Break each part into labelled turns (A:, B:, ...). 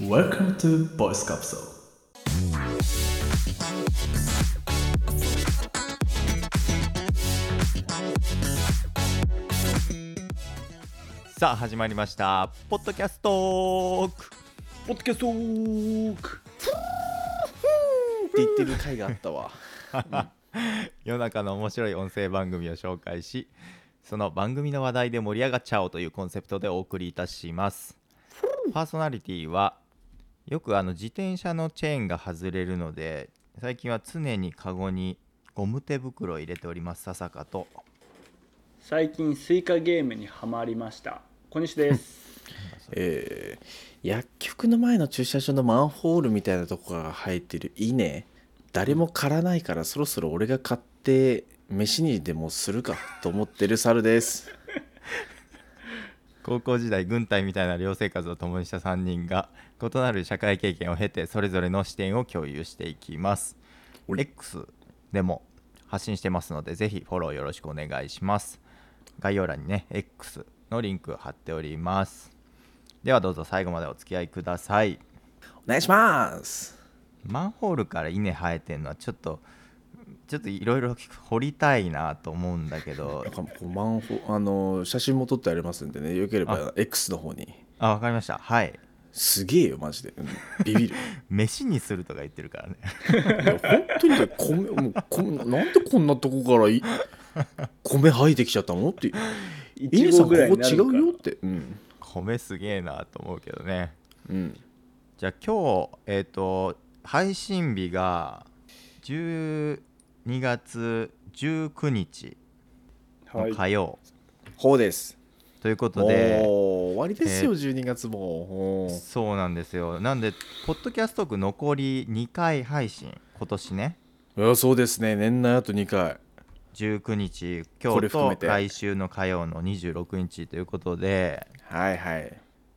A: Welcome to Voice Capsule.
B: さあ始まりましたポッドキャストーク
C: ポッドキャストークって言ってる回があったわ。
B: 世の中の面白い音声番組を紹介しその番組の話題で盛り上がっちゃおうというコンセプトでお送りいたしますパーソナリティはよくあの自転車のチェーンが外れるので最近は常にカゴにゴム手袋を入れております笹香と
D: 最近スイカゲームにはまりました小西です
C: えー、薬局の前の駐車場のマンホールみたいなとこから生えてる稲誰も刈らないから そろそろ俺が買って飯にでもするかと思ってる猿です。
B: 高校時代軍隊みたいな寮生活を共にした3人が異なる社会経験を経てそれぞれの視点を共有していきます
C: おい
B: X でも発信してますのでぜひフォローよろしくお願いします概要欄にね X のリンク貼っておりますではどうぞ最後までお付き合いください
C: お願いします。
B: マンホールから稲生えてるのはちょっとちょっといろいろ掘りたいなと思うんだけど
C: なんかこうマンホあのー写真も撮ってありますんでねよければ X の方に
B: あわかりましたはい
C: すげえよマジで、うんビビる
B: 飯にするとか言ってるからね
C: いや本当にね米もうこんなんでこんなとこからい米生えてきちゃったのって
D: 1
C: 稲さ
D: 号
C: んこ
D: ぐ
C: こ
D: らいにな
C: 違
D: るの
C: うよっ
D: か
C: てうん
B: 米すげえなと思うけどね
C: うん
B: じゃあ今日えっ、と配信日が12月19日
D: は
B: の
D: い
B: 火曜、
C: ほうです
B: ということ
C: もう
B: で
C: 終わりですよ、
B: え
C: 12月もうん
B: そうなんですよなんでポッドキャストーク残り2回配信今年ね
C: いやそうですね年内あと2回
B: 19日
C: こ
B: 今
C: れ
B: 日
C: 含め
B: と
C: て
B: 来週の火曜の26日ということで
C: はいはい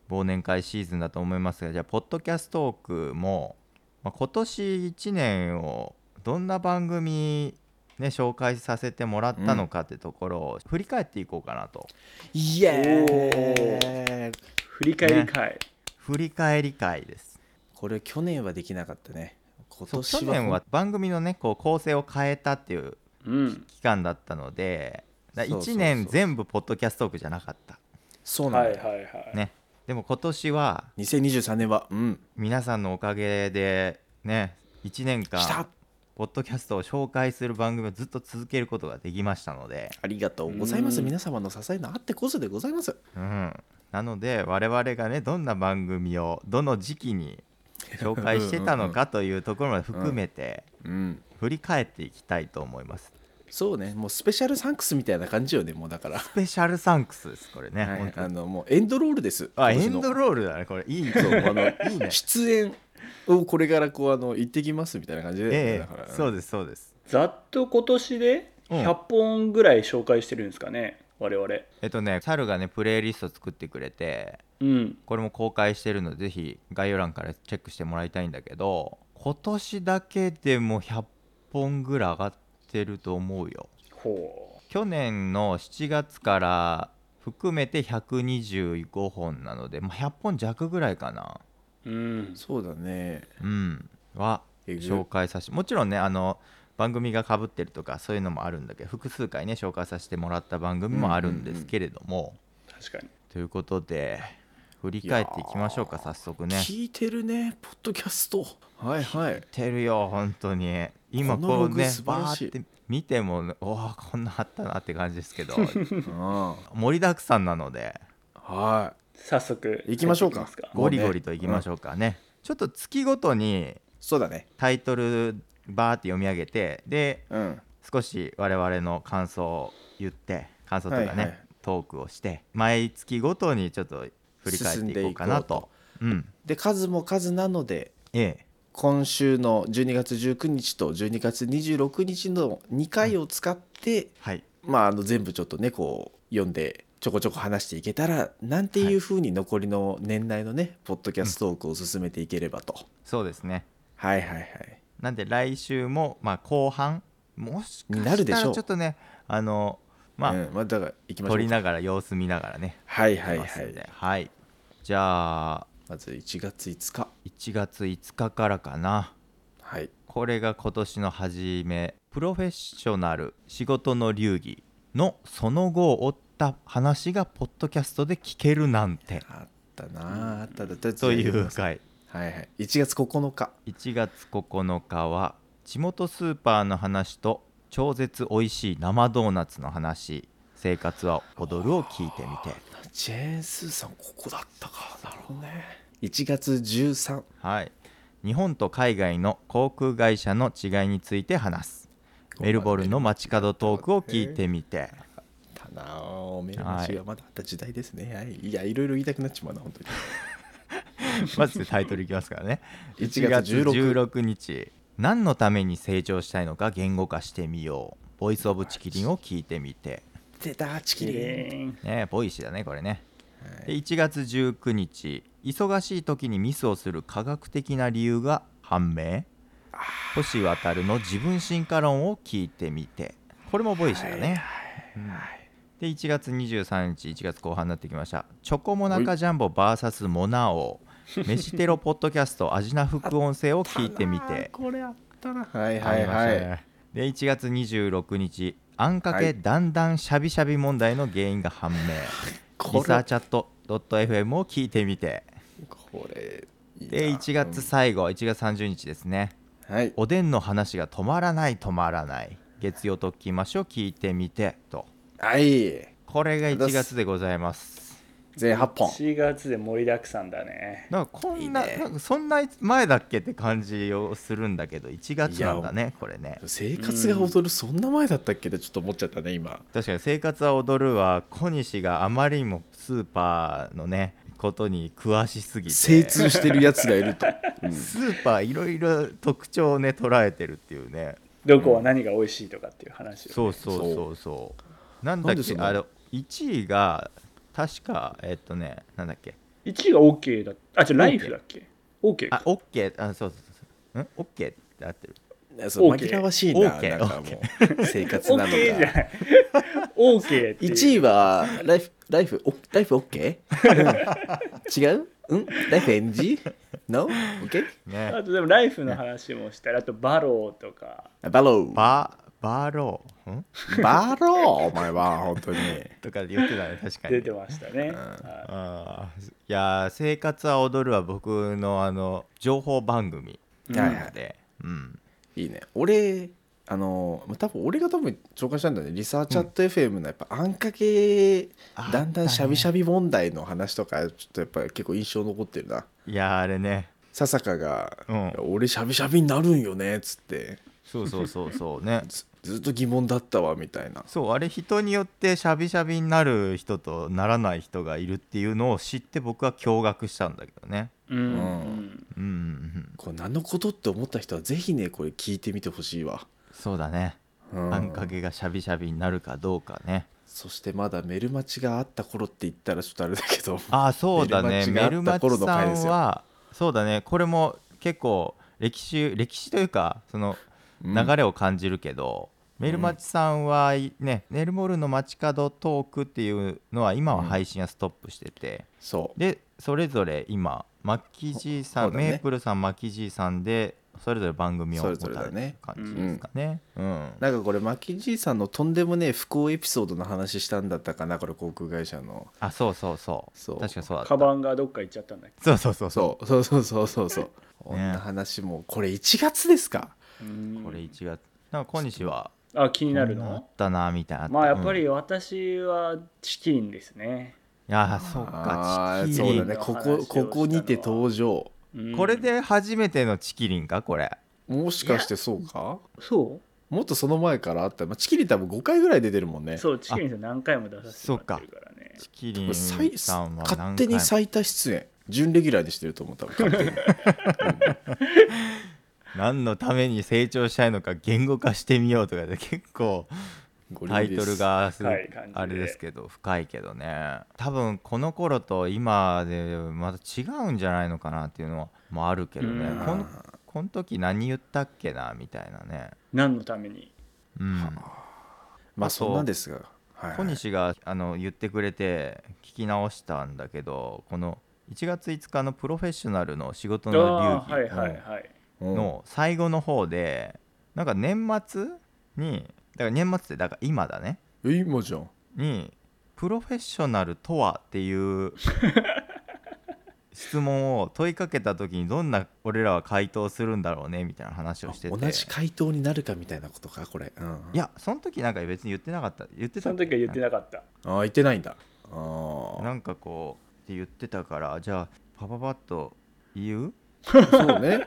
B: 忘年会シーズンだと思いますがじゃあポッドキャストークも、まあ、今年1年をどんな番組ね紹介させてもらったのかってところを振り返っていこうかなと、
C: イエ
D: お
C: ーイ
D: 振り返り会、
B: 振り返り会です
C: これ去年はできなかったね今
B: そう
C: 年は
B: 去年は番組のねこう構成を変えたっていう
D: うん
B: 期間だったのでだ
C: そうそうそう
B: 1年全部ポッドキャストークじゃなかった
C: そうなん
D: は
C: だ
D: い
C: よ、
D: はいはい、
B: ねでも今年は
C: 2023年はうん
B: 皆さんのおかげでね1年間
C: 来た
B: ポッドキャストを紹介する番組をずっと続けることができましたので、
C: ありがとうございます
D: うん
C: 皆様の支えのあってこそでございます
B: うん、なので我々がねどんな番組をどの時期に紹介してたのかというところまで含めて
C: うん
B: 振り返っていきたいと思います。
C: そうねもうスペシャルサンクスみたいな感じよねもうだから
B: スペシャルサンクスですこれね。
C: はい
B: 本当
C: あ
B: に
C: のもうエンドロールです
B: あエ
C: 今年の
B: ンドロールだねこれいい
C: そうあの
B: いいね。
C: 出演をこれからこうあの行ってきますみたいな感じで、
B: え
C: だから
B: えそうですそうです。
D: ざっと今年で
B: うん
D: 100本ぐらい紹介してるんですかね、我々
B: えっとね猿がねプレイリスト作ってくれて
D: うん
B: これも公開してるのでぜひ概要欄からチェックしてもらいたいんだけど今年だけでも100本ぐらい上がってると思うよ
D: ほ
B: 去年の7月から含めて125本なので、まあ、100本弱ぐらいかな
D: ううん
C: そうだね
B: うんは
C: えぐ
B: 紹介させてもちろんねあの番組がかぶってるとかそういうのもあるんだけど複数回ね紹介させてもらった番組もあるんですけれども、
D: 確かに
B: ということで振り返っていきましょうか
C: いやー
B: 早速ね
C: 聞いてるねポッドキャストはい はい
B: 知ってるよ本当に今
C: この
B: こ
C: ロ
B: う
C: グ
B: ね
C: 素晴
B: バ
C: らしい
B: ーって見てもねおおこんなあったなって感じですけど
C: うん
B: 盛りだくさんなので
C: は
D: 早速
C: 行きましょうか
D: やっていきま
B: ゴリゴリといきましょうかねちょっと月ごとに
C: いそうだね
B: タイトルバーって読み上げてで
C: うん
B: 少し我々の感想を言って感想とかね、
C: はいはい
B: トークをして毎月ごとにちょっと振り返っていこうかなとうん
C: で数も数なので
B: ええ
C: 今週の12月19日と12月26日の2回を使って、
B: はい
C: まああの全部ちょっとねこう読んでちょこちょこ話していけたらなんていうふうに残りの年内のねポッドキャストトークを進めていければと、
B: そうですね
C: はいはいはい
B: なんで来週も、まあ、後半もしか
C: に
B: した
C: なるでしょ
B: ら
C: う
B: ちょっとねあのまあ、
C: うんまあ、だから行きましょ
B: 撮り
C: うか
B: ながら様子見ながらね
C: はいはい
B: やっ
C: は
B: てますん
C: い
B: ではいじゃあ
C: まず1月5日
B: 1月5日からかな
C: はい
B: これが今年の初めプロフェッショナル仕事の流儀のその後を追った話がポッドキャストで聞けるなんて
C: あったなああっただった
B: とい
C: は
B: う回
C: いはい1月9日
B: 1月9日は地元スーパーの話と超絶美味しい生ドーナツの話生活は踊るを聞いてみて
C: ジェーン・スーさんここだったかなるほどね1月13
B: はい日本と海外の航空会社の違いについて話すメルボルンの街角トークを聞いてみて
C: たなあおめえの違がまだあった時代ですね、はい、いやいろいろ言いたくなっちまうな本当に
B: まずタイトルいきますからね
C: 1月16
B: 16日何のために成長したいのか言語化してみようボイス・オブ・チキリンを聞いてみて
C: 出たチキ
D: キ
C: リン、
D: リン
B: ねボイシーだねこれね
C: はい
B: で1月19日忙しい時にミスをする科学的な理由が判明星渡るの自分進化論を聞いてみてこれもボイシーだね、うんで1月23日1月後半になってきましたチョコモナカジャンボ VS モナオ飯テロポッドキャストアジナ副音声を聞いてみて
C: これあったなはい
B: あ
C: は
B: り
C: い
B: ました
C: はい、
B: ねで1月26日あんか
C: は
B: け
C: い
B: だんだんしゃびしゃび問題の原因が判明、
C: こ
B: リサー
C: れ
B: チャット .fm を聞いてみて
C: これいいな
B: で1月最後1月30日ですね
C: はい
B: おでんの話が止まらない止まらない月曜ときましょう聞いてみてと
C: はい
B: これが1月でございます
C: 全8本
D: 4月で盛りだくさんだね
B: なんかこんな
C: い
B: い
C: ね
B: なんかそんな前だっけって感じをするんだけど1月なんだねこれね
C: 生活が踊るそんな前だったっけってちょっと思っちゃったね今
B: 確かに「生活は踊る」は小西があまりにもスーパーのねことに詳しすぎて
C: 精通してるやつがいると、うん
B: スーパーいろいろ特徴をね捉えてるっていうね
D: どこは何が美味しいとかっていう話を
B: そうそうそうそうなんだっ
C: なんで
B: け
C: そんな
B: あの1位が確かえっとねなんだっけ
D: 1位が OK だあじゃあライフだっけ OK
B: あ
D: か
B: OK あそうそうそううん OK って合ってる
C: そう
D: OK
C: 紛らわしいな、な
B: OK
C: んかもう生活なの
D: OK じゃ
C: が
D: ない OK っていう
C: 1位はライフライフおライフ OK? 違ううんライフ NG?No?OK?
B: ね
D: あとでもライフの話もしたらあとバローとか
C: バロー
B: ババローん
C: バローお前は本当に
B: とか言ってた ね確か
D: 出
B: に
D: てましたね、はい
B: あーいやー「生活は踊る」は僕のあの情報番組
C: はい
B: なので、うん、
C: いいね俺あの多分俺が多分紹介したんだよねリサーチャット FM のやっぱあんかけ
B: あ
C: だんだんしゃびしゃび問題の話とかちょっとやっぱ結構印象残ってるない
B: やーあれね
C: 笹香が
B: うん
C: 「俺しゃびしゃびになるんよね」っつって
B: そうそうそうそ うね
C: ずずっと疑問だったわみたいな
B: そうあれ人によってしゃびしゃびになる人とならない人がいるっていうのを知って僕は驚愕したんだけどね
D: うん
C: う
B: うんうんうん
C: これ何のことって思った人はぜひねこれ聞いてみてほしいわ、
B: そうだね
C: うん
B: あんかけがしゃびしゃびになるかどうかね
C: そしてまだメルマチがあった頃って言ったらちょっとあれだけど
B: ああそうだねメ
C: メ
B: ル
C: ル
B: マ
C: マ
B: チ
C: チ
B: さ
C: があった頃の回です
B: ん
C: よ
B: はそうだねこれも結構歴史歴史というかその
C: うん
B: 流れを感じるけど、メルマチさんはねメルモルの街角トークっていうのは今は配信はストップしてて、
C: そう
B: でそれぞれ今マッキジーさ
C: そ
B: ん、
C: うだね
B: メープルさんマッキジーさんでそれぞれ番組を
C: そ
B: 持
C: れぞれ
B: たれ
C: だ
B: てる
C: ね
B: 感じですかね。うん
C: なんかこれマッキンジーさんのとんでもねえ不幸エピソードの話したんだったかなこれ航空会社の
B: あそうそうそう
C: そう
B: 確かそうだった
D: カバンがどっか行っちゃったんだっけ
B: そうそうそう
C: そうそうそうそうそうそうこんな話もこれ1月ですか
D: うん
B: これ1月なんか小西は
D: あ気になる
B: こんあ
D: の
B: ったなみたいな
D: まあやっぱ
B: うんい
D: り私はチキンですね、
B: やそうか
C: あー
B: チキ
C: そう
B: リ
C: だ
B: ン、
C: ねこ
D: 話を
C: こ
D: したの
C: ここ
D: は
C: にて登場
D: うん
B: これで初めてのチキリンかこれ
C: もしかしてそうか
D: そ
C: もっとその前からあった、まあ、チキリ多分5回ぐらい出てるもん
D: う
C: ね
D: そうチキンさん何回も出させてもらってるからね
B: チキリ
C: これ
B: ン
C: 最
B: さんは
C: 勝
B: 何
C: 手
B: 回
C: に
B: も
C: 最多出演準レギュラーにしてると思った 勝手に
B: 何のために成長したいのか言語化してみようとかで結構
C: ゴリゴ
B: タ
C: リ
B: イ
C: で
B: ト
C: す
B: ルがすご
D: 深い
B: い
D: 感じで
B: あれですけど深いけどね多分この頃と今でまた違うんじゃないのかなっていうのはもあるけどね
D: うん
B: このこの時何言ったっけなみたいなね、
D: 何のために
B: うん、
C: ま
B: あ
C: あ
B: と
C: そんなんですが、はいはい
B: 小西があの言ってくれて聞き直したんだけどこの1月5日のプロフェッショナルの仕事
D: あ
B: の
D: あーは
B: 流
D: いはいはい
B: 儀
C: うん
B: の最後の方でなんか年末にだから年末ってだから今だね
C: え今じゃん
B: に「プロフェッショナルとは?」っていう質問を問いかけた時にどんな俺らは回答するんだろうねみたいな話をしてて
C: 同じ回答になるかみたいなことかこれ、うん、
B: いやその時なんか別に言ってなかった言ってた
D: その時は言って
B: な
D: なかった
C: ああ言ってないんだあー
B: なんかこうって言ってたからじゃあパパパッと言う
C: そう ね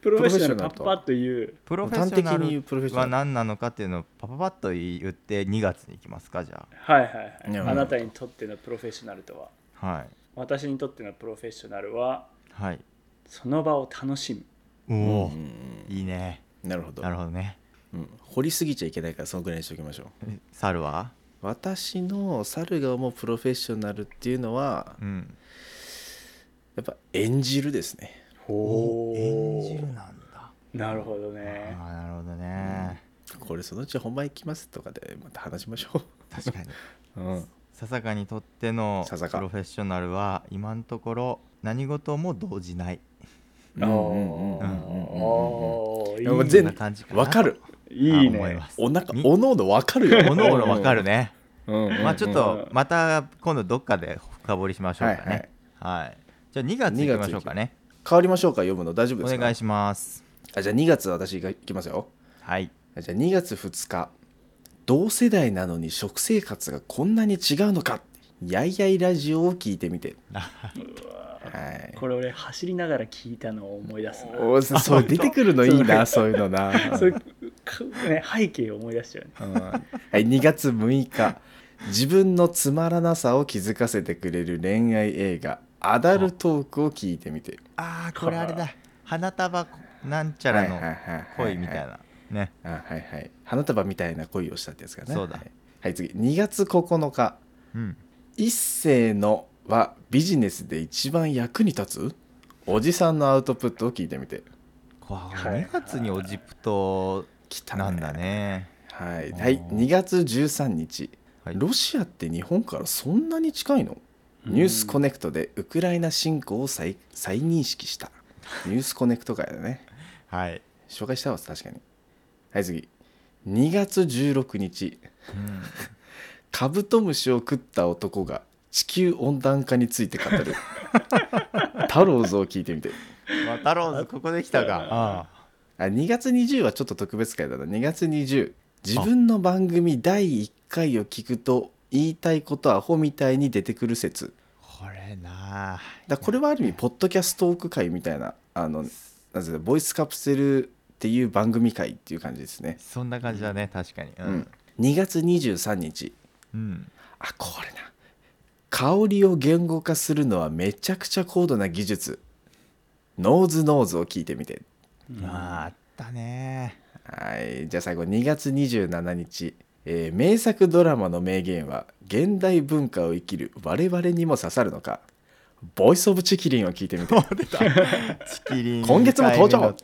D: プロフェッシ
C: プロフェッショナ
D: ョナルパ
C: ルと
D: ッパッと言う
B: プロフェッ
C: 端
B: ショ
C: 的
B: ナ
C: に言う
B: ル
C: プロフェッショ
B: は
C: ナル
B: 何なのかっていうのをパパパッと言って2月に行きますかじゃ
D: はいはい
C: い
D: はい
C: や
D: あなたにとってのプロフェッショナルとは
B: あはい
D: 私にとってのプロフェッショナルは
B: はい
D: その場を楽しむ
C: う
B: おおー、
C: ん
B: いいね
C: なるほど
B: なるほどね
C: うん、掘りすぎちゃいけないからそのぐらいにしておきましょう
B: え猿は
C: 私の猿が思うプロフェッショナルっていうのは
B: うん
C: やっぱ演じるですね
D: ほ
B: 演じるなんだ
D: なるほど
B: あ
D: ね
B: ーなるほどね、
C: これそのうち本番行きますとかでまた話しましょ
B: 確かに
C: う、うん、
B: 笹香にとってのプ
C: 笹香
B: ロフェッショナルは今のところ何事も動じない
C: うんうんうん
D: あーあー
C: でも
D: いい
C: 全
B: こんな感じかな
C: わかる
D: いい
B: あ思い
D: ね
B: ます
C: おなか
B: み
C: おの おのわかるよ
B: おのおのわかる
C: ね、
B: ね
C: うんうんうん
B: まあちょっとまた今度どっかで深掘りしましょうかねはい、じゃあ2月いきましょうかね
C: 変わりましょうか読むの大丈夫
B: お
C: ですか
B: 願いします
C: あじゃあ2月私が行きますよ
B: はい
C: じゃあ2月2日同世代なのに食生活がこんなに違うのかやいやいラジオを聞いてみてはい
D: これ俺走りながら聞いたのを思い出すな
C: おそそう出てくるのいいなそういうのな
D: そういうかね背景を思い出しちゃうね
C: うんはい、2月6日自分のつまらなさを気づかせてくれる恋愛映画「アダルトーク」を聞いてみて
B: ああこれあれだ花束なんちゃらの恋みたい
C: な
B: なね
C: はいはい花束みたいな恋をしたってやつかな
B: そうだ
C: はい、はい次2月9日
B: うん
C: 「一世のはビジネスで一番役に立つ?」おじさんのアウトプットを聞いてみて
B: こう
D: はい
B: 2月にオジプト
C: 来たね
B: なんだね
C: はい、
B: あー
C: はい、2月13日、
B: はい
C: ロシアって日本からそんなに近いのニュースコネクトでウクライナ侵攻を再再認識したニュースコネクト会だね
B: はい、
C: 紹介したわ確かにはい次2月16日
B: うん
C: カブトムシを食った男が地球温暖化について語る太郎像を聞いてみて
B: まあ、太郎ズここできたか。あ
C: あ2月20はちょっと特別会だな2月20自分の番組第1回を聞くと言いたいことアホみたいに出てくる説
B: これなあ。
C: だこれはある意味ポッドキャストトーク会みたいなあのなんていうのボイスカプセルっていう番組会っていう感じですね、
B: そんな感じだね、確かに。う
C: う。ん、2月23日
B: うん。
C: あこれな香りを言語化するのはめちゃくちゃ高度な技術ノーズノーズを聞いてみて
B: まあ、あったね。
C: はいじゃあ最後2月27日、えー名作ドラマの名言は現代文化を生きる我々にも刺さるのかボイス・オブ・チキリンを聞いて みて
B: チキリン。
C: 今月も登場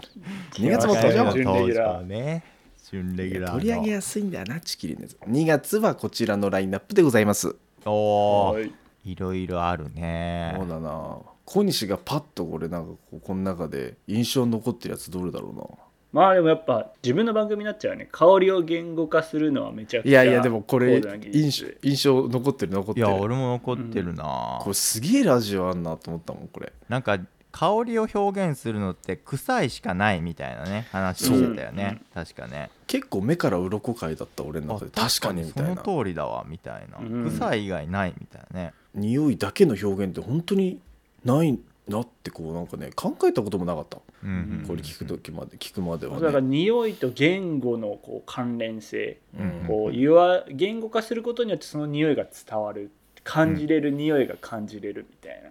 D: 二
C: 2月も登場
D: 準レギュラー
B: ね。準レギュラーの。
C: 取り上げやすいんだよなチキリンです2月はこちらのラインナップでございます
B: おお
D: は
B: ー。
D: い
B: いろいろあるね
C: そ。うだな小西がパッとこれなんかこうこの中で印象に残ってるやつどれだろう
D: まあでもやっぱ自分の番組になっちゃうね香りを言語化するのはめちゃく
C: ない
D: ちゃ
C: やいやでもこれ
D: 高度な技術
C: 印象印象残ってる残っ
B: い
C: てる
B: や、俺も残ってるな
C: こ。れすげえラジオあんなと思ったもんこれ
B: なんか、香りを表現するのって臭いしかないみたいなね話をしてたよね確かね
C: 結構目から鱗回だった俺の中で
B: あ
C: 確かにみたいな
B: その通りだわみたいな
D: うん
B: 臭い以外ないみたいなね
C: 匂いだけの表現って本当にないなってこうなんかね考えたこともなかった
B: うんうん
C: これ聞く時まで聞くまでは
D: だから
C: ね
D: 匂いと言語のこう関連性、
C: うん
D: こう言わ言語化することによってその匂いが伝わる感じれる匂いが感じれるみたい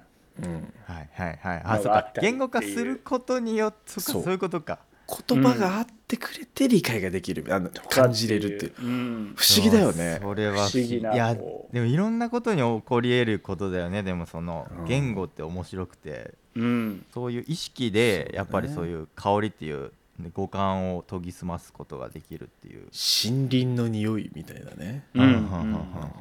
D: な、
C: うん
B: はいはいはいあ
D: の
B: そう
D: があ
B: か
D: ったりってい
B: 言
D: う
B: 語化することによってそうか
C: そ
B: そうういうことか
C: 言葉があってくれて理解ができるあの感じれるっていう
D: うん
C: 不思議だよね
B: そうそれは
D: 不思議な
B: 不思議いや
D: こう
B: でもいろんなことに起こり得ることだよねでもその
C: うん
B: 言語って面白くて
D: うん
B: そういう意識でやっぱり
C: そ
B: そう
C: だね
B: ういう香りっていう五感を研ぎ澄ますことができるっていう
C: 森林の匂いみたいなね
D: うん
B: はんはんはんはんはん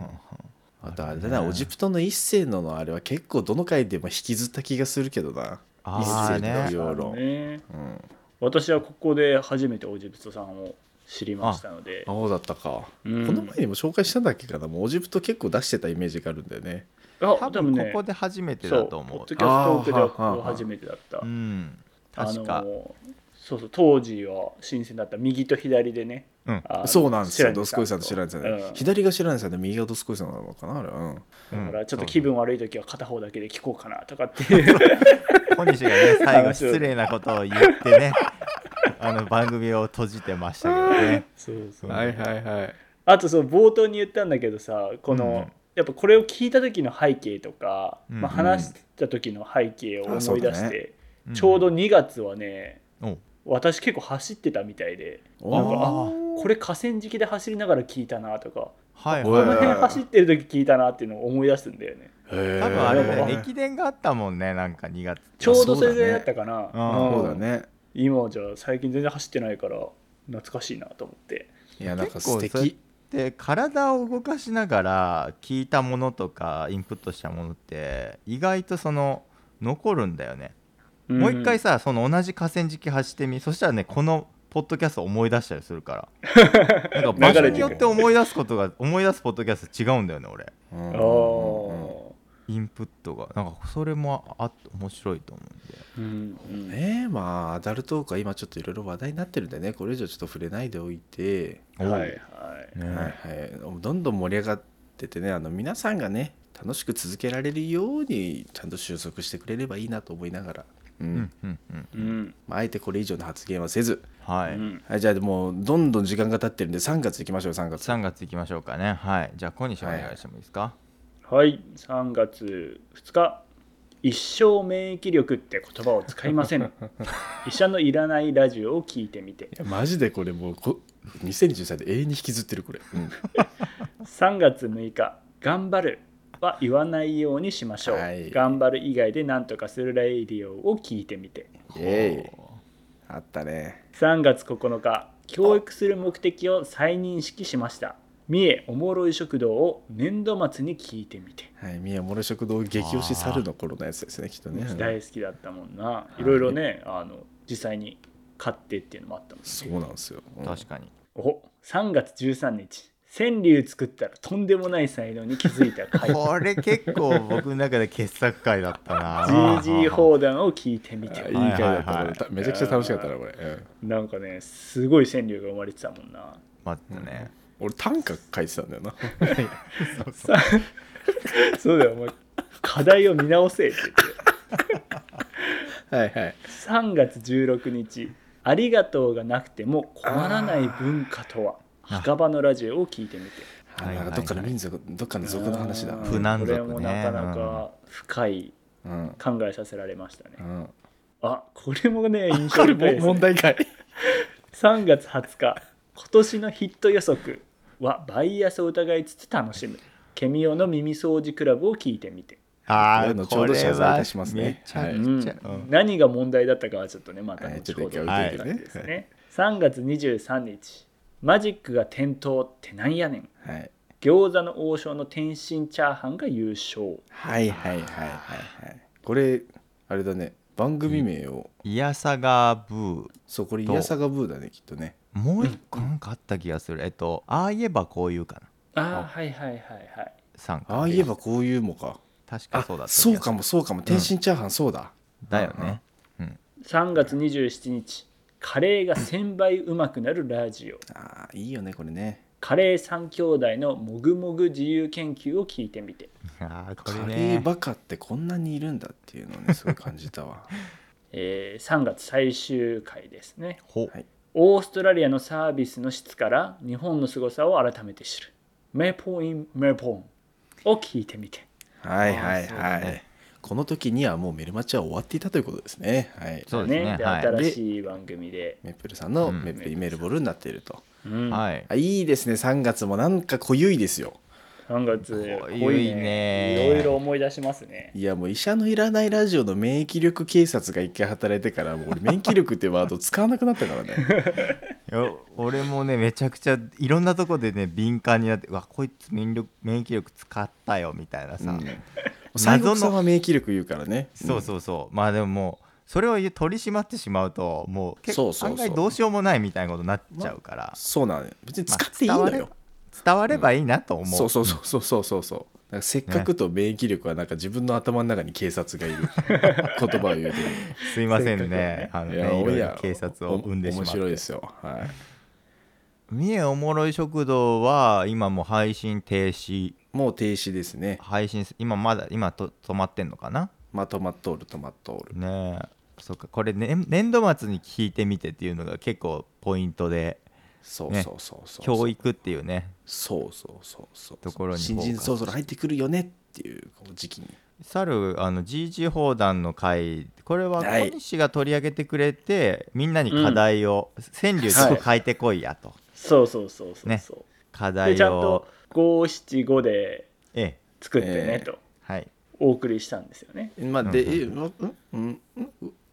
C: あとあれだな、オジプトの一世ののあれは結構どの回でも引きずった気がするけどな。
B: ああ
C: 一世の
B: ね
C: よ養老
D: ね
C: うん。
D: 私はここで初めてオジプトさんを知りましたので
C: あそうだったか。
D: うん
C: この前にも紹介したんだっけかな。もうオジプト結構出してたイメージがあるんだよね。
D: あ
B: 多
D: 多分
B: 分こ
D: ね
B: こで初めて
D: そ
B: だ
D: う
B: と思
D: ポッ
B: う
D: ドキャストトークでは
C: あーはあはあ
D: ここ初めてだった
B: うん
D: あ
B: 確か
D: のそうそう当時は新鮮だった右と左でね、
B: うん
D: あの
C: そうなんですよ。
D: 白
C: ド
D: 西
C: スコイさんと白根さんで、
D: うん
C: 左が白根さんで右がドスコイさんなのかなあれ。うん。
B: うん
D: だからちょっと気分悪い時は片方だけで聞こうかなとかっていう
B: 小西が ね最後失礼なことを言ってねあの番組を閉じてましたけどね
D: そうそう
B: はい
C: はいはい。
D: あとそう冒頭に言ったんだけどさこの、
B: うん
D: やっぱこれを聞いた時の背景とか、
B: うん
D: まあ、話した時の背景を
C: あそ
D: 思
C: う
D: い
C: だ
D: 出
C: ね
D: して、
B: ん
D: ちょうど2月はね
B: お
D: 私結構走ってたみたいで
C: お
D: なんかあ
B: あー
D: これ河川敷で走りながら聞いたなとか
B: はい
C: お
D: こ
B: はい
D: の辺走ってる時聞いたなっていうのを思い出すんだよね
C: へー
B: 多分あれ
D: え
B: ね
D: ー
B: 駅伝があったもんねなんか2月
D: ちょうどそれぐらいだったかな、
B: あ
C: そうだね。
D: 今じゃ最近全然走ってないから懐かしいなと思って
C: いやなんか
B: 結
C: 素
B: 構そうやっ
C: 敵。
B: て体を動かしながら聞いたものとかインプットしたものって意外とその残るんだよね、もう一回
D: ん
B: さその同じ河川敷走ってみそしたらねこのポッドキャスト思い出したりするから なんか場
D: 流
B: 所
D: れ
B: に
D: て
B: よ
D: く
B: って思い出すことが思い出すポッドキャスト違うんだよね俺
C: うん
D: あ
B: インプットがなんかそれもあって面白いと思うんで
D: ーうんうん
C: ねえまあアダルトークは今ちょっといろいろ話題になってるんでねこれ以上ちょっと触れないでおいて、
D: はいはい
B: ね
C: はいはい、どんどん盛り上がっててねあの皆さんがね楽しく続けられるようにちゃんと収束してくれればいいなと思いながら、うん
B: うんうんうん
D: うん
C: まあ、あえてこれ以上の発言はせず、
B: は
D: う
B: い、
D: ん
C: はい、じゃあもうどんどん時間が経ってるんで3月いきましょう3月
B: 3月いきましょうかねはいじゃあ小西お願いしてもいいですか、
D: はい3月2日一生免疫力って言葉を使いま せん医者のいらないラジオを聞いてみて
C: いやマジでこれもうこ2023で永遠に引きずってるこれ、うん
D: 3月6日頑張るは言わないようにしましょう、
C: はい
D: 頑張る以外で何とかするラディオを聞いてみて
C: イエイあったね
D: 3月9日教育する目的を再認識しました三重おもろい食堂を年度末に聞いてみて
C: はい、宮諸食堂激推し猿の頃のやつですねきっとね
D: 大好きだったもんな、いろいろねあの実際に買ってっていうのもあったもん
C: そうなんですよ、うん
B: 確かに
D: お3月13日川柳作ったらとんでもない才能に気づい た回
B: これ結構僕の中で傑作回だったな
D: GG 砲弾を聞いてみ
C: あ
D: て
C: いい回だった、
B: はいはいはい
C: これめちゃくちゃ楽しかったなこれ、うん
D: なんかねすごい川柳が生まれてたもんな
B: 待ってね、
C: 俺短歌書いてたんだよな
D: さそうだよお前課題を見直せって言って
C: はいはい
D: 3月16日「ありがとうがなくても困らない文化とは」
B: あ
D: 墓場のラジオを聞いてみて
C: あなんかどっかの民族どっかの族の話だ
D: うん
B: プナン
D: これ
B: 族ね
D: もなかなか深い
C: うん
D: 考えさせられましたね、
C: うん
D: あこれもね印象
C: これ
D: 深い
C: も
D: です、
C: 問
D: ね、
C: 題かい
D: 3月20日「今年のヒット予測」はバイアスを疑いつつ楽しむケミオの耳掃除クラブを聞いてみて、
B: あ
C: こういう
B: ー
C: のちょ
B: こ
C: うど
B: れ
C: 謝罪いたしますね
B: はめちゃ
C: はい
D: うん
B: くちゃ、うん
D: 何が問題だったかはちょっとねまた
C: はい
D: 後ほど
B: はい
D: という感じです
C: ちょっと一回置いといてね
D: ね3月23日マジックが点灯ってなんやねん
C: はい
D: 餃子の王将の天津チャーハンが優勝
C: はいはいはいはいはいこれあれだね番組名を、
B: イヤサガブー
C: そうこれ「いやさがブー」だねきっとね
B: もう一個なんかあった気がする、えっとああ言えばこういうかな
D: ああはいはいはいはい
B: 参加
C: ああ言えばこういうもか
B: 確か
C: あ
B: そうだった気がす
C: そ
B: る
C: うかもそうかも天津チャーハンそうだ、
B: だよね、
D: 3月27日カレーが1000倍うまくなるラジオ
C: ああいいよねこれね
D: カレー三兄弟のもぐもぐ自由研究を聞いてみて、
B: あーこ
C: カ
B: れ
C: レー
B: ね
C: バカってこんなにいるんだっていうのをねすごい感じたわ
D: えー3月最終回ですね
B: ほ
C: はい
D: オーストラリアのサービスの質から日本の凄さを改めて知るメポインメポンを聞いてみて
C: はいはい
B: そうだ
C: はい、
B: ね
C: この時にはもうメルマチは終わっていたということですねはい
B: そうですね
D: で
B: はい
D: 新しい番組で、
C: メップルさんの
B: うん
C: メップリメールボールになっていると、
D: うん
B: はい
C: あいいですね3月もなんか濃ゆいですよ
D: 3月
B: 濃
D: 濃
B: いね
D: いねいろいろ思い出しますね
C: いやもう医者のいらないラジオの免疫力警察が一回働いてからもう俺免疫力ってワード使わなくなったからね
B: や俺もねめちゃくちゃいろんなとこでね敏感になってうわこいつ免力免疫力使ったよみたいなさ、
C: うん西郷さんは免疫力言うからね
B: そうそうそう、まあでももうそれを取り締まってしまうともう結
C: そ
B: 構
C: うそうそう
B: 案外どうしようもないみたいなことになっちゃうから
C: そうなのよ別に
B: まあ
C: 使っていいのよ、
B: 伝わればいいなと思う、
C: そうそうそうそうそうそうそうなんかせっかくと免疫力はなんか自分の頭の中に警察がいる言葉を言うて
B: すいませんね
D: せっ
B: あの
C: る
B: ね
C: いや
B: い
C: お
B: ろい
C: や
B: ろ警察を生んでしま
C: 面白い
B: って
C: ですよはい
B: 三重おもろい食堂は今もう配信停止
C: もう停止ですね
B: 配信す今まだ今と止まってんのかな
C: まとまっとるとまっとる
B: ねえそっかこれ、ね、年度末に聞いてみてっていうのが結構ポイントで
C: そう
B: ね
C: そうそうそう、
B: 教育っていうね
C: そうそうそうそう
B: ところに
C: 新
B: フォー
C: 人
B: カス
C: そろそろ入ってくるよねっていうこの時期に
B: 猿あの GG 砲弾の回これは
C: はい
B: 小西が取り上げてくれて、みんなに課題を、川柳ちょっと書いてこいやと、
D: そうそうそうそう
B: ね
D: そう、
B: 課
D: で
B: 題
D: ちゃん
B: を
D: と五七五で
B: ええ
D: 作ってね
C: え、え
D: と
B: はい
D: お送りしたんですよね。
C: まあ
B: うん
C: で、えうんうんうん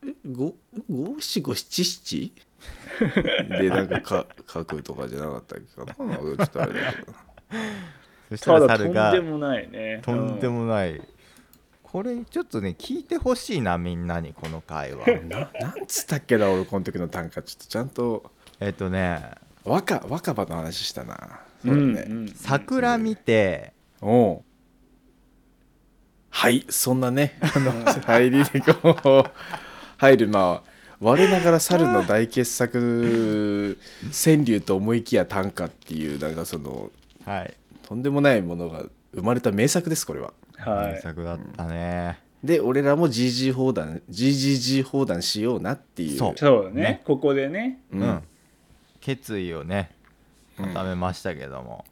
C: え五五七五七七でなんかか書くとかじゃなかったっけかなちょっとあれだけど
B: そした
D: た
B: ら
D: だと
B: 猿
D: ん
B: が
D: でもないね。
B: とんでもない、これちょっとね聞いてほしいなみんなにこの回は
C: ななんつったっけな俺この時の短歌ちょっとちゃんと
B: えっとね
C: 若若葉の話したな
D: う
C: そうだ
D: ん
C: ね、
D: うんうん
B: 桜見て、
C: おうはいそんなねあの入りでこう入るまあ我ながら猿の大傑作川柳と思いきや短歌っていうなんかその
B: はい
C: とんでもないものが生まれた名作ですこれは
D: は
B: 名
D: い。
B: 作だったね、
C: で俺らも GG 砲弾 GGG 砲弾しようなっていう
B: そう
D: そうだね
B: ね
D: ここでね。
B: う
C: うんん
B: 決意をね
C: うん
B: 固めましたけども、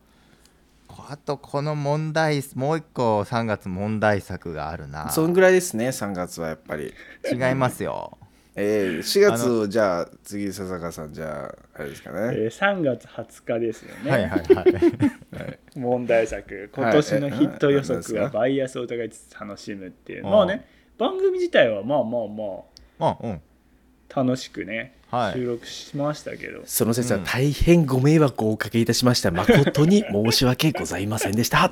B: こあとこの問題もう一個3月問題作があるな
C: そんぐらいですね3月はやっぱり
B: 違いますよ
C: えー、4月をじゃあ次笹川さんじゃああれですか
D: え
C: ね、
D: ー、3月20日ですよね、
B: はいはい はい
C: はい
D: 問題作
C: はい
D: 今年のヒット予測
C: ええ
D: は
C: え
D: バイアスを疑いつつ楽しむっていう
B: ああ
D: まあね番組自体はまあまあま
B: あうん
D: あ楽しくね、
B: はい
D: 収録しましたけど
C: その説は
B: うん
C: 大変ご迷惑をおかけいたしました、誠に申し訳ございませんでした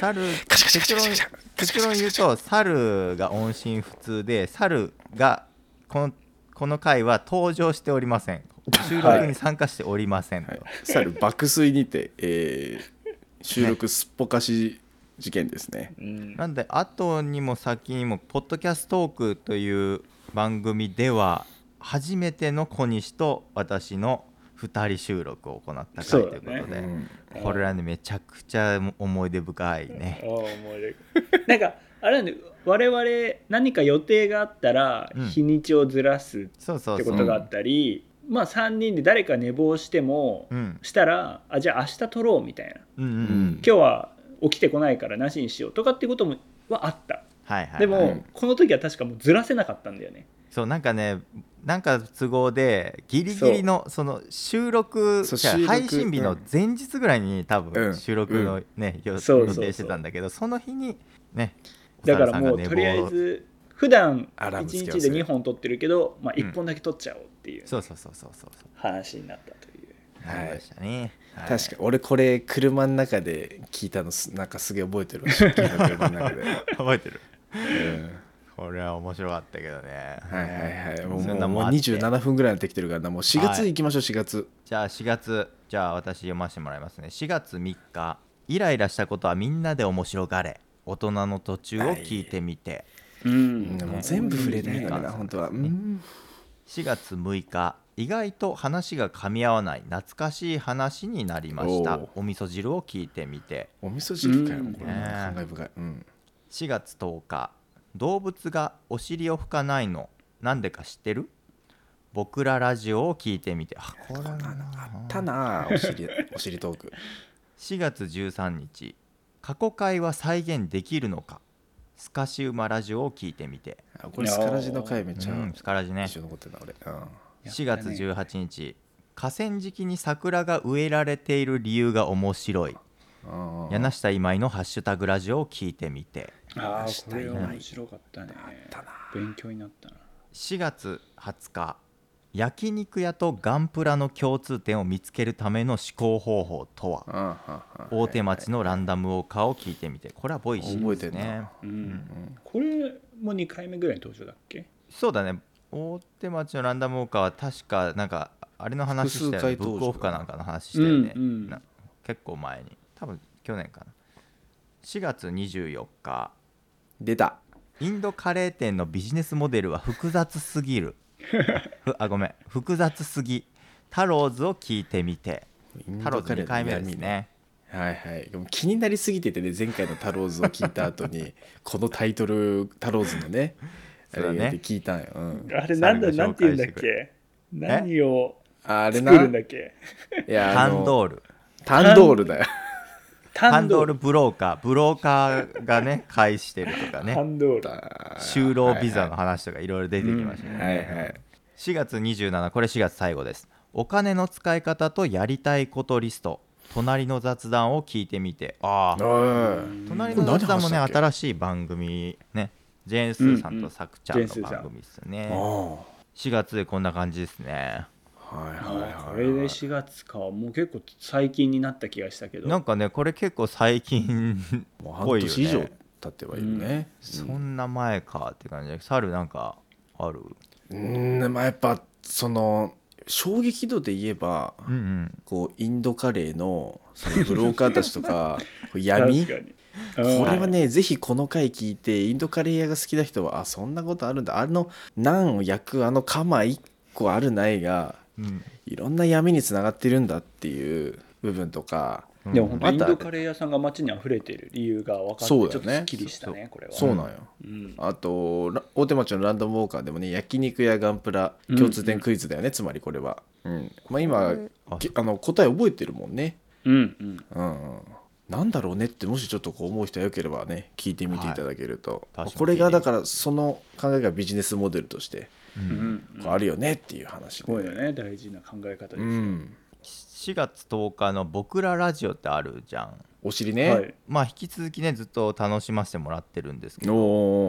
B: 猿
C: カシャカシャカシャカシャカシャ
B: 結論言うと猿が音信不通で猿がこのこの回は登場しておりません収録に参加しておりませんと、
C: はい、さる爆睡にて、えー収録すっぽかし事件ですね
D: うん
B: なんで後にも先にも「ポッドキャストトーク」という番組では初めての小西と私の2人収録を行った回と
D: そ
B: いうう
D: だね
B: ことで、
C: うん
B: これはねめちゃくちゃ思い出深い
D: ああ
B: ね。
D: 思い出なんかあれなんで我々何か予定があったら
B: うん
D: 日にちをずらすっ
B: そうそう
D: て
B: そ
D: こ
B: う。
D: とがあったり、まあ3人で誰か寝坊しても、
B: うん
D: したらあじゃあ明日撮ろうみたいな
B: うんうんう
C: うん
B: ん。
D: 今日は起きてこないからなしにしようとかっていうこともはあった
B: はいはいはい。
D: でも、この時は確かもうずらせなかったんだよね
B: そうなんかねなんか都合でギリギリのその収録
C: そう
B: じゃあ
C: 収録
B: 配信日の前日ぐらいに多
C: う
B: 分
C: ん
B: 収録のね、予
D: そうそう
B: 予
D: そう
B: 定してたんだけどその日にねお
D: だか
B: 猿
D: ら
B: さん
D: も
B: が
D: う
B: 寝
D: と
B: 坊
D: りあえず普段
C: アラームつけ
D: 1
C: 忘れ
D: 日で2本撮ってるけど、まあ、1本だけ撮っちゃおうっていう
B: そうそうそうそうそうそう
D: 話になったという、
B: なりましたね、はい
C: 確か俺これ車の中で聞いたのすなんかすげえ覚えてるわ出勤の車の中 で、
B: 覚えてる
C: うん
B: これは面白かったけどね
C: はいはいはいもう
B: そ
C: も
B: ん
C: う
B: な
C: も
B: も
C: うん
B: あって
C: 27分ぐらいになってきてるからなもう4
B: は
C: 月
B: い
C: 行きましょう4月
B: じゃあ4月じゃあ私読ませてもらいますね4月3日イライラしたことはみんなで面白がれ大人の途中を聞いてみて、
D: う
C: うん
D: ん
C: もう全部触れないのにな
B: うん
C: 本当はうん
B: 4月6日意外と話が噛み合わない懐かしい話になりました
C: お
B: お味噌汁を聞いてみて
C: お味噌汁かよ
D: うん
C: これも感慨深いうん
B: 4月10日動物がお尻を拭かないのなんでか知ってる僕らラジオを聞いてみてあこれな
C: たなあお 尻お尻トーク
B: 4月13日過去回は再現できるのかスカシウマラジオを聞いてみて
C: あこれスカラジの回めっちゃ
B: うんスカラジね
C: 印象残ってた俺うん
B: 4月18日河川敷に桜が植えられている理由が面白い
C: うん
B: 柳下今井の「ハッシュタグラジオ」を聞いてみて
D: ああ
C: した
D: こ
C: い
D: れ
C: な
D: は面白かったね勉強になったな
B: 4月20日焼肉屋とガンプラの共通点を見つけるための思考方法とは
C: うんうんうん
B: 大手町のランダムウォーカーを聞いてみてこれはボイシーです
C: 覚えてん
B: ね
C: な
D: うんこれも2回目ぐらいの登場だっけ
B: そうだね大手町のランダムウォーカーは確かなんかあれの話したよね
C: 複数回
B: ブ
C: 登場
B: ックオフかなんかの話したよね、
D: うんうん
B: な結構前に多分去年かな4月24日
C: 出た
B: インドカレー店のビジネスモデルは複雑すぎ るふあごめん複雑すぎタローズを聞いてみてタローズ2回目ですね
C: はいはい、でも気になりすぎててね前回の「タローズ」を聞いた後 にこのタイトル「タローズ」のねあ
B: そうだ
C: れ
B: ね
C: って聞いたんよ、うん、
D: あれなんだ
B: 猿が
D: な
B: 紹
D: んて言う
B: 介し
D: んだって
B: くれ
D: け何を
C: あれ
D: 作
C: な
D: るんだっけ
C: いや
B: タ
C: あ
B: ン
C: の
B: ドール
C: タンドールだよ
B: タ
D: タ
B: ンドールブローカーブローカーがね介してるとか
D: タ
B: ね
D: ンドール
B: 就労ビザの話とかいろいろ出てきましたね、
C: はいはい
B: 4月27これ4月最後ですお金の使い方とやりたいことリスト隣の雑談を聞いてみてああ
C: うん
B: 隣の雑談
C: これ何話し
B: もね
C: たっけ
B: 新しい番組ねジェーン・スーさんとサクちゃんの
D: うんうん
B: 番組ですね、
C: ああ
B: 4月でこんな感じですね
C: はいはいはい
D: あこれで4月かもう結構最近になった気がしたけど
B: なんかねこれ結構最近
C: もう
B: っ
C: 半
B: ぽいよ
C: 年以上
B: ね
C: 経ってはいるね
B: そんな前かって感じで猿なんかある
C: うんうんまあやっぱその衝撃度で言えば
B: うんうん
C: こうインドカレーのそのブローカーたちとかこう闇
D: 確かに
C: これは
D: うん
C: ね、ぜひこの回聞いて、インドカレー屋が好きな人は、あ、そんなことあるんだ。あの、ナンを焼くあの釜一個あるないが、
B: うん
C: いろんな闇につながってるんだっていう部分とか、
B: うん
D: でも本当イン
C: また
D: ドカレー屋さんが街に溢れてる理由が分かってち
C: そ
D: ょ
C: う
D: っ
C: だよ
D: と
C: ね
D: すっきりしたねこれは
C: そうなんよ。
D: うん
C: あと、ら大手町のランダムウォーカーでもね、焼肉やガンプラ、
D: うん
C: 共通点クイズだよね、つまりこれは。うん。まあ今、
B: あ
C: きあの答え覚えてるもんね。
D: うんうん
C: うんうんなんだろうねってもしちょっとこう思う人がよければね聞いてみていただけると、
B: はい確かに
C: これがだからその考えがビジネスモデルとして
D: うんうんうん
C: こうあるよねっていう話
D: すごいよね大事な考え方です
C: う
D: ね
C: ん、
B: 4月10日の「僕らラジオ」ってあるじゃん
C: お尻ね、
D: はい
B: まあ引き続きねずっと楽しませてもらってるんですけ
C: お
B: ど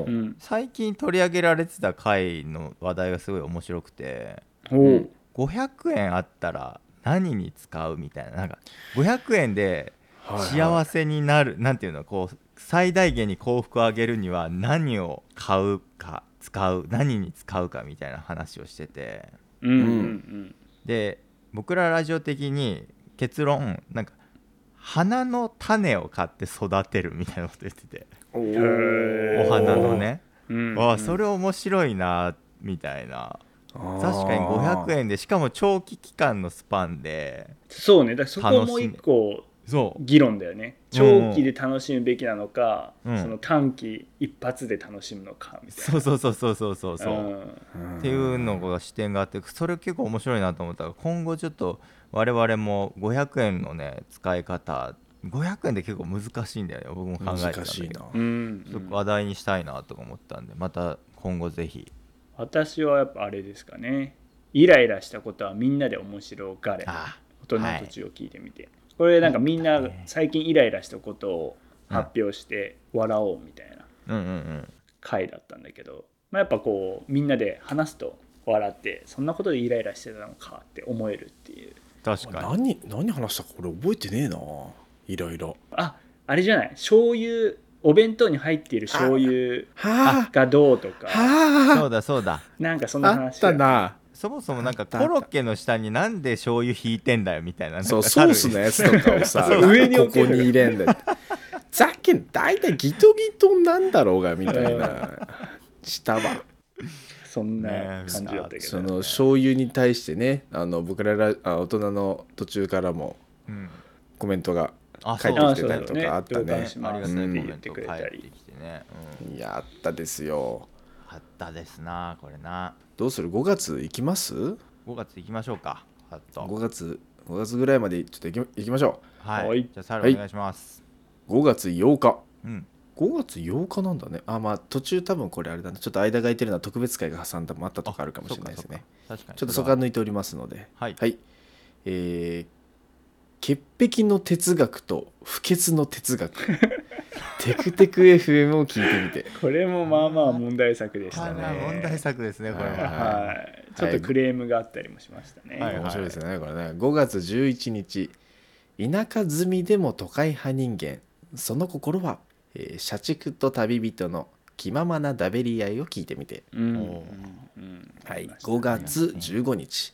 C: お、
D: うん
B: 最近取り上げられてた回の話題がすごい面白くて
D: おう
B: 500円あったら何に使うみたいななんか500円で幸せになる、なんていうのこう最大限に幸福をあげるには何を買うか使う何に使うかみたいな話をしてて
D: うんうん
B: で僕らラジオ的に結論なんか花の種を買って育てるみたいなこと言ってて
C: お
D: うん
C: ー
B: お花のね
D: うんうん
B: あそれ面白いなみたいな
C: 確
B: 確かに500円でしかも長期期間のスパンで
D: そうねだからそこも一個
B: そう
D: 議論だよね
B: うん
D: 長期で楽しむべきなのか、
B: うん
D: その短期一発で楽しむのかみたいな
B: そうそうそうそうそうそうそう、
D: うん
B: っていうのが視点があってそれ結構面白いなと思ったから今後ちょっと我々も500円のね使い方500円で結構難しいんだよね僕も考えてたんだ
C: 難し
B: け
C: いな
B: ど、
D: うん
B: ちょっと話題にしたいなとか思ったんでまた今後ぜひ
D: 私はやっぱあれですかねイライラしたことはみんなで面白がれ大
B: あ
D: 人の途中を聞いてみて、これなんかみんな最近イライラしたことを発表して笑おうみたいな
B: うんうんうん
D: 回だったんだけど、まあ、やっぱこうみんなで話すと笑ってそんなことでイライラしてたのかって思えるっていう
B: 確かに
C: 何何話したかこれ覚えてねえないろいろ
D: ああれじゃない醤油お弁当に入っている醤油
C: は
D: がどうとか
C: は
B: そうだそうだ
D: なんかそんな
C: ああっ
D: 話
C: たな
B: そもそもなんか
C: た
B: コロッケの下になんで醤油引いてんだよみたいな
C: そう
B: なんか
C: ソ
B: ある
C: ースのやつとかをさ
D: そう上に
C: こ
D: 置け
C: こ
D: る
C: に入れんだってざけん大体ギトギトなんだろうがみたいなしたわ
D: そんな感じだったけ
C: そ
D: ど、
C: の醤油に対してねあの僕ららあ大人の途中からも
B: うん
C: コメントが
B: あ
C: 書いて
D: あ
C: きて
D: そう
C: た
D: だ
C: りと
D: ね
C: かあった
D: 同
C: ね
D: 感しま
B: ありが
D: す
B: たいコメ
D: 言っ
B: ン
D: て
B: ト
D: くれ
B: 返
D: た
B: って
D: り
B: きてね、うん
C: いやあったですよ
B: あったですなこれな
C: どうする5月行きます
B: 5月行きましょうかさっと
C: ?5 月5月ぐらいまでちょっと行き行きましょ
B: はい、
D: はい
B: じゃあサルお願いします、
C: う5月8日
B: うん
C: 5月8日なんだねあまあ途中多分これあれだねちょっと間が空いてるのは特別会が挟んだもあったとかあるかもしれないですね
B: そっかそっか確かに
C: ちょっとそこは抜いておりますので
B: はい
C: はいえー潔癖の哲学と不潔の哲 学テクテク FM を聞いてみて
D: これもまあまあ問題作でし
B: は
D: た
B: い
D: ね
B: まあ問題作ですねこれは、
C: はい
D: はいちょっとクレームがあったりもしましたね、
B: はい
C: 面白いですね、これね5月11日田舎住みでも都会派人間その心は、えー社畜と旅人の気ままなダベり合いを聞いてみて、
D: うん
B: おう
D: うん
C: はい、5
D: 5
C: 月15日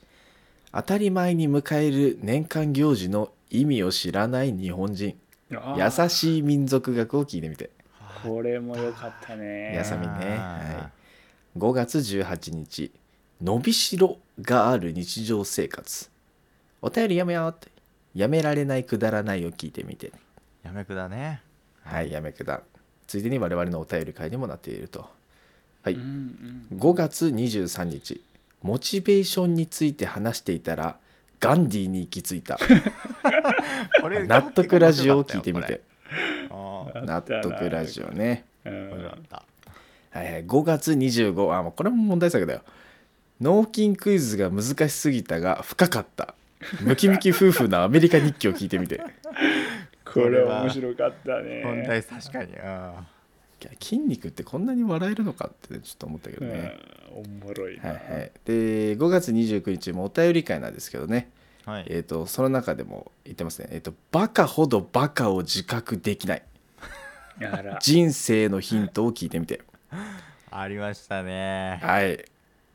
C: 当たり前に迎える年間行事の意味を知らない日本人優しい民族学を聞いてみて
D: これも良かったね
C: やさみね、
B: あ
C: はい、5月18日伸びしろがある日常生活お便りやめようってやめられないくだらないを聞いてみて
B: やめくだね
C: はいやめくだついでに我々のお便り会にもなっているとはい
D: うんうん
C: 5月23日モチベーションについて話していたらガンディーに行き着いた
B: これ
C: 納得ラジオを聞いてみて
B: ああ
C: 納得ラジオね
D: うん
B: 面白かった
C: はいはい、5月25あもうこれも問題作だよ脳筋クイズが難しすぎたが深かったムキムキ夫婦のアメリカ日記を聞いてみて
D: これ面白かった
B: 本
D: ね
B: 題確かにあ
C: いや筋肉ってこんなに笑えるのかってねちょっと思ったけどね、
D: うんおもろい
C: は
D: な
C: いはい、で5月29日もお便り会なんですけどね、
B: あはい
C: えー、とその中でも言ってますね、えーと「バカほどバカを自覚できない
D: あら
C: 人生のヒントを聞いてみて」
B: ありましたね
C: はい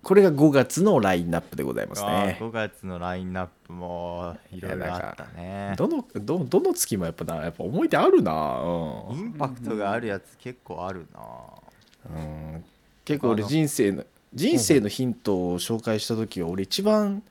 C: これが5月のラインナップでございます
B: ああ
C: ね
B: 5月のラインナップもいろいろあったね
C: どのどどの月もやっぱなやっぱ思い出あるな、う
B: イ
C: ん
B: ンパクトがあるやつ結構あるな
C: うん結構俺
B: あの
C: 人生の人生のヒントを紹介した時は俺一番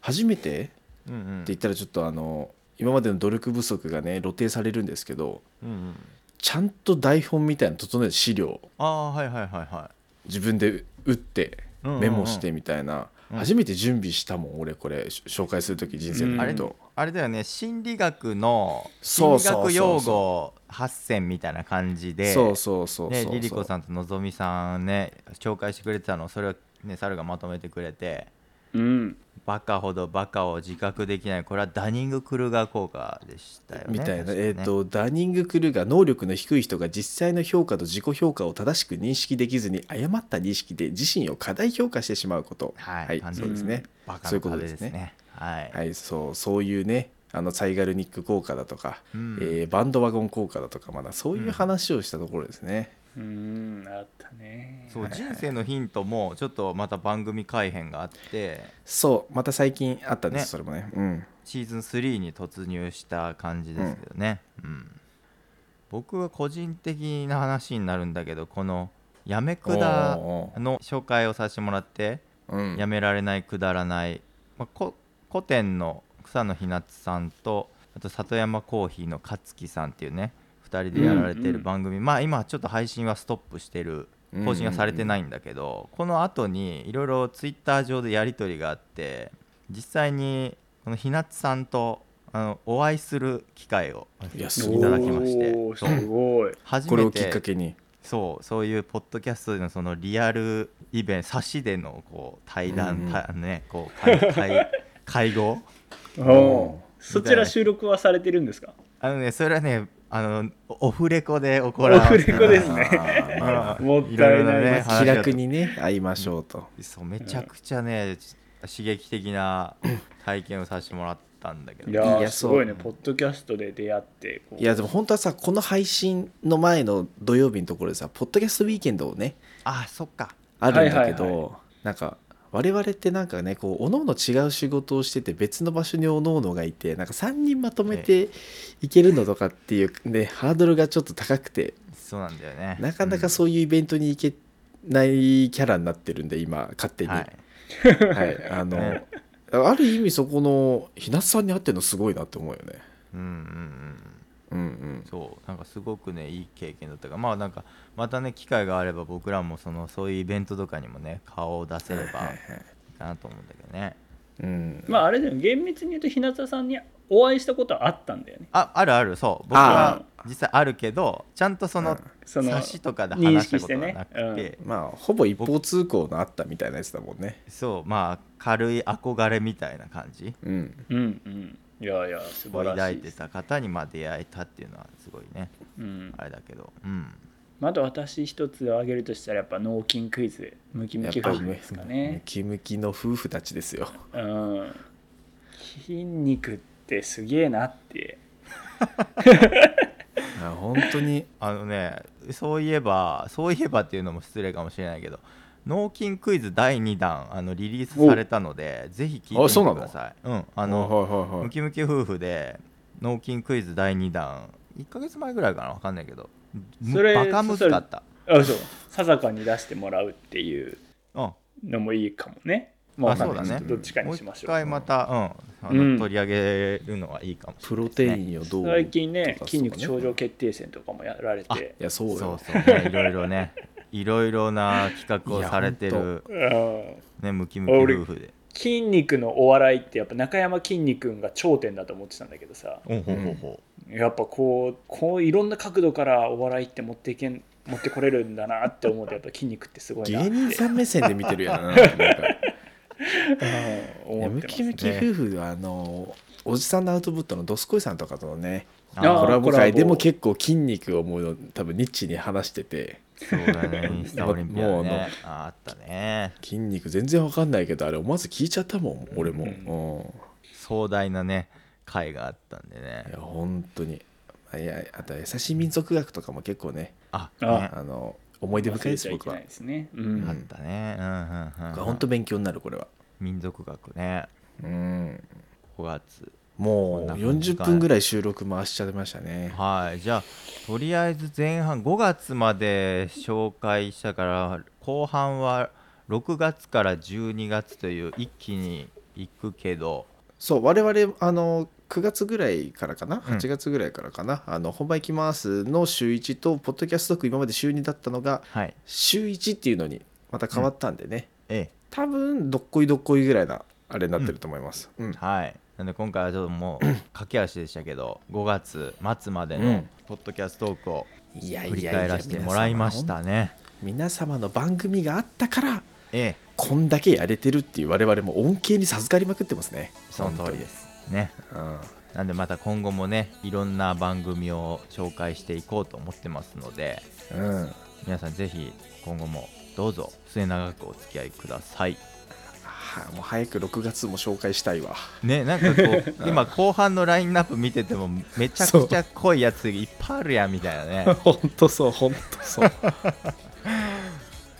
C: 初めてって
B: うんうん
C: 言ったらちょっとあの今までの努力不足がね露呈されるんですけど
B: うんうん
C: ちゃんと台本みたいなの整える資料
B: ああはいはいはいは
C: 自分で打って
B: うんうんうん
C: メモしてみたいな、
B: うん
C: 初めて準備したもん俺これし紹介する時人生
B: い
C: の
B: あ
C: ヒ
B: れ
C: ント、
B: あれだよね心理学の心
C: そうそうそう
B: 理
C: そう
B: 学用語8選みたいな感じで
C: そうそうそうそう
B: ねリリコさんとのぞみさんね紹介してくれてたのそれをね猿がまとめてくれて
D: うん
B: バカほどバカを自覚できないこれはダニングクルガー効果でしたよね
C: みたいな、
B: 確かね
C: えっ、とダニング・クルーが能力の低い人が実際の評価と自己評価を正しく認識できずに誤った認識で自身を過大評価してしまうこと
B: はい完
C: そう
B: 全に
C: ですね、
B: バカ
C: そういう
B: の
C: こと
B: 壁
C: で
B: ですす
C: ね
B: ねはい、
C: はいそうそういうねあのサイガルニック効果だとか、
B: うん
C: えーバンドワゴン効果だとかまだそういう話をしたところですね、
D: うんあったね
B: そう人生のヒントもちょっとまた番組改編があって
C: そうまた最近あったんです、
B: ね
C: それもねうん
B: シーズン3に突入した感じですけどね、うん僕は個人的な話になるんだけどこの「やめくだ」
C: おー
B: の紹介をさせてもらって
C: うん
B: 「やめられないくだらない」まあ、こ古典の草野ひなつさんとあと里山コーヒーの勝木さんっていうね2人でやられて
D: うんう
B: る
D: ん
B: 番組、まあ今ちょっと配信はストップしてる更新はされてないんだけど、この後にいろいろツイッター上でやり取りがあって実際にこのひなつさんとあのお会いする機会を
C: いや
D: お
C: す
D: ー
C: ご
B: いただきましてそう
D: すごい
B: 初めて
C: これをきっかけに
B: そうそういうポッドキャストでのそのリアルイベント差しでのこう対談、
C: うんうん
B: たねこう会会会合
D: おーそちら収録はされてるんですか
B: あのねそれはねあのオフレコで行
D: オ
B: われま
D: フ
B: す
D: レコですね
C: あーまあまあ
D: もったい
B: いろいろ
D: ない
B: な
D: で
B: ね
D: す
C: 気楽にね会いましょうと、
B: そうめちゃくちゃね、刺激的な体験をさせてもらったんだけど
D: いや
C: いや
D: ーす
C: そう
D: ごいねポッドキャストで出会ってこう
C: いやでも本当はさこの配信の前の土曜日のところでさポッドキャストウィーケンドをね
B: あそっか
C: あるんだけど、
D: はいはいは
C: なんか我々ってなんかねこうおのの違う仕事をしてて別の場所におののがいてなんか3人まとめていけるのとかっていうねハードルがちょっと高くて
B: そうなんだよね
C: なかなか
B: そ
C: そういうイベントに行けないキャラになってるんで今勝手に、
B: は
C: はいい、あのある意味そこのひなさんに会ってるのすごいなって思うよね
B: うんうんうん
C: うんうん
B: そうなんかすごくねいい経験だったからまあなんかまたね機会があれば僕らもそのそういうイベントとかにもね顔を出せればいいかなと思うんだけどね
C: うん
D: まああれだよね厳密に言うと日向さんにお会いしたことはあったんだよね
B: ああるあるそう僕
C: あ
B: は実際あるけどちゃんとその
D: その
B: 冊子とかで話したことはな
D: 認
B: く
D: 識してて
C: まあほぼ一方通行のあったみたいなやつだもんね
B: そうまあ軽い憧れみたいな感じ
C: うん
D: うんうんいやいや素
B: を
D: 晴ら
B: 抱
D: し
B: い
D: いで
B: て
D: す
B: た方にまあ出会えたっていうのはすごいね
D: うん
B: あれだけどうん
D: まあ、あと私一つ挙げるとしたらやっぱ脳筋クイズムキム
C: やっ
D: キ
C: ぱり
D: 夫婦
C: ね
D: ですか
C: ム
D: ね、
C: キムキの夫婦たちですよ
D: うん、筋肉ってすげえなって
C: あ本当 に
B: あのねそういえばそういえばっていうのも失礼かもしれないけど「脳筋クイズ第2弾」あのリリースされたのでぜひ聞
C: あ
B: いて
C: そう
B: み
C: な
B: て
C: の
B: ください。うん、あ
C: あ
B: の
C: はいはいは
B: ム
C: い
B: キムキ夫婦で「脳筋クイズ第2弾」1ヶ月前ぐらいかな分かんないけどむ
D: それ
B: バカ難かった。
D: あそうささかに出してもらうっていう
B: うん、
D: のもいいかもねまあ
B: あ
D: わか
B: そ
D: ん
B: う
D: な
B: だね
D: いちょっとどっちか
B: もう
D: にしまし
B: 一
D: ょう
B: 回また、うんあ
D: うん
B: の取り上げるのはいいかもし
C: プ
B: れない
C: ロ
B: ですね、
C: テインをどう
D: 最近
C: とか
D: ね
C: そうか
D: 筋肉頂上決定戦とかもやられ
C: あ
D: て
C: いやそう
B: そう
C: よ
B: そう、ね、いろい ろねいろいろな企画をされて
C: いやほん
B: る、
D: うん
B: ね、ムキムキ夫婦で。
D: 筋肉のお笑いってやっぱ中山きんに君が頂点だと思ってたんだけどさ
B: おほほほ
D: やっぱこうこういろんな角度からお笑いって持っていけん持ってこれるんだなって思うとやっぱ筋肉ってすごいなって
C: 芸人さん目線で見てるやんな なんかい
D: うん
C: や
D: 思っ
C: ム
D: てま
C: キ
D: す
C: ムキ夫婦はあのおじさんのアウトプットのどすこいさんとかとのね
B: あ
D: あー
C: コラボ会で
D: コラボ
C: も結構筋肉をもう多分ニッチに話してて
B: そうだね、インスタオリンピア
C: もう
B: ン ね。ああったね。
C: 筋肉全然わかんないけどあれ思わず聞いちゃったもん俺も、う
B: 壮大なね、会があったんで
C: ん、い
B: ね
C: や。本当にいやあと優しい民族学とかも結構ね
B: あ、ね、
D: あ
B: あ
C: あの思い出深いです僕
D: 忘
C: は
D: れちゃけないですね、うん
C: はい
B: ったね。うんうんうん。
C: 本当勉強になるこれは
B: 民族学ね。
C: うん
B: 5月。
C: も
B: こん
C: う
B: な感じ
C: 40
B: か
C: 分ぐらい収録回しちゃいましたね
B: はい、じゃあ、とりあえず前半5月まで紹介したから、後半は6月から12月という一気に行くけど。
C: そう我々あの9月ぐらいからかな
B: うん
C: 8月ぐらいからかな、あの本番行きますの週1とポッドキャストトーク今まで週2だったのが
B: はい。
C: 週1っていうのにまた変わったんでね、
B: え
C: 多分どっこいどっこいぐらいなあれになってると思います、うん
B: え。はい。なんで今回はちょっとも う駆け足でしたけど5月末まで
C: う
B: の
C: ん
B: ポッドキャストトークを
C: いや
B: 振り返らせてもらいましたね。
C: 皆様の番組があったから
B: ええ、
C: こんだけやれてるっていう我々も恩恵に授かりまくってますね
B: その通りです。ね。
C: 本
B: なんでまた今後もね、いろんな番組を紹介していこうと思ってますので、
C: 当にうん、うん、
B: 皆さんぜひ今後もどうぞ末永くお付き合いください。
C: はあもう早く6月も紹介したいわ
B: ね、なんか こう、今後半のラインナップ見てても、めちゃくちゃ濃いやついっぱいあるやんみたいな ね。
C: 本当そう本当そう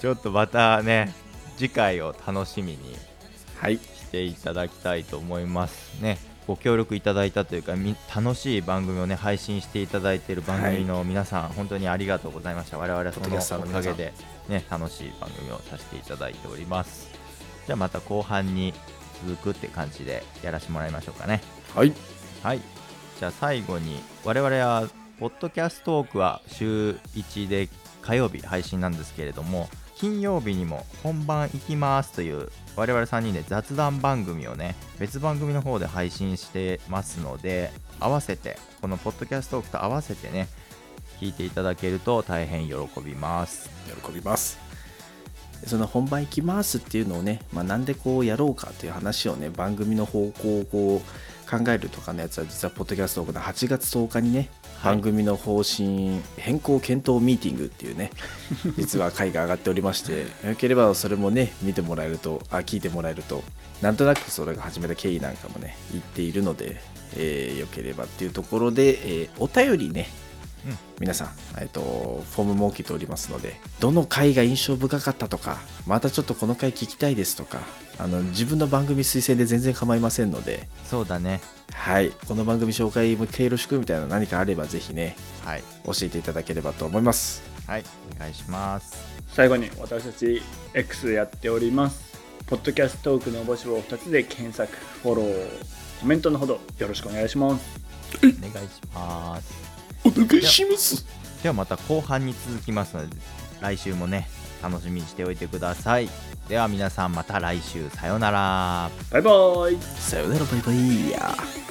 B: ちょっとまたね、次回を楽しみに
C: はい
B: していただきたいと思いますねご協力いただいたというかみ楽しい番組をね配信していただいている番組の皆さん、本当にありがとうございました我々はそ
C: ポッドキャスター
B: の
C: の
B: おか
C: 皆さん
B: げでね楽しい番組をさせていただいておりますじゃあまた後半に続くって感じでやらせてもらいましょうかね
C: はい
B: はいじゃあ最後に我々はポッドキャストトークは週1で火曜日配信なんですけれども金曜日にも本番行きますという我々3人で雑談番組をね別番組の方で配信してますので合わせてこのポッドキャストトークと合わせてね聞いていただけると大変喜びます
C: 喜びますその本番行きますっていうのをね、まあ、なんでこうやろうかっていう話をね番組の方向をこう考えるとかのやつは実はポッドキャストオークの8月10日にね、
B: はい
C: 番組の方針変更検討ミーティングって いうね実は会が上がっておりましてよければそれもね見てもらえるとあ聞いてもらえるとなんとなくそれが始めた経緯なんかもね言っているので、えーよければっていうところで、えーお便りね皆さん、えっと、フォーム設けておりますのでどの回が印象深かったとかまたちょっとこの回聞きたいですとかあの自分の番組推薦で全然構いませんので、
B: そうだね
C: はい、この番組紹介も一回よろしくみたいな何かあればぜひね
B: はい
C: 教えていただければと思います
B: はいお願いします
D: 最後に私たち X やっておりますポッドキャストトークの応募集を2つで検索フォローコメントのほどよろしくお願いします
B: お願いします
C: お願
B: いし
C: ます
B: ではまた後半に続きますので来週もね楽しみにしておいてくださいでは皆さんまた来週さようなら
D: バイバイ
C: さよならバイバイやー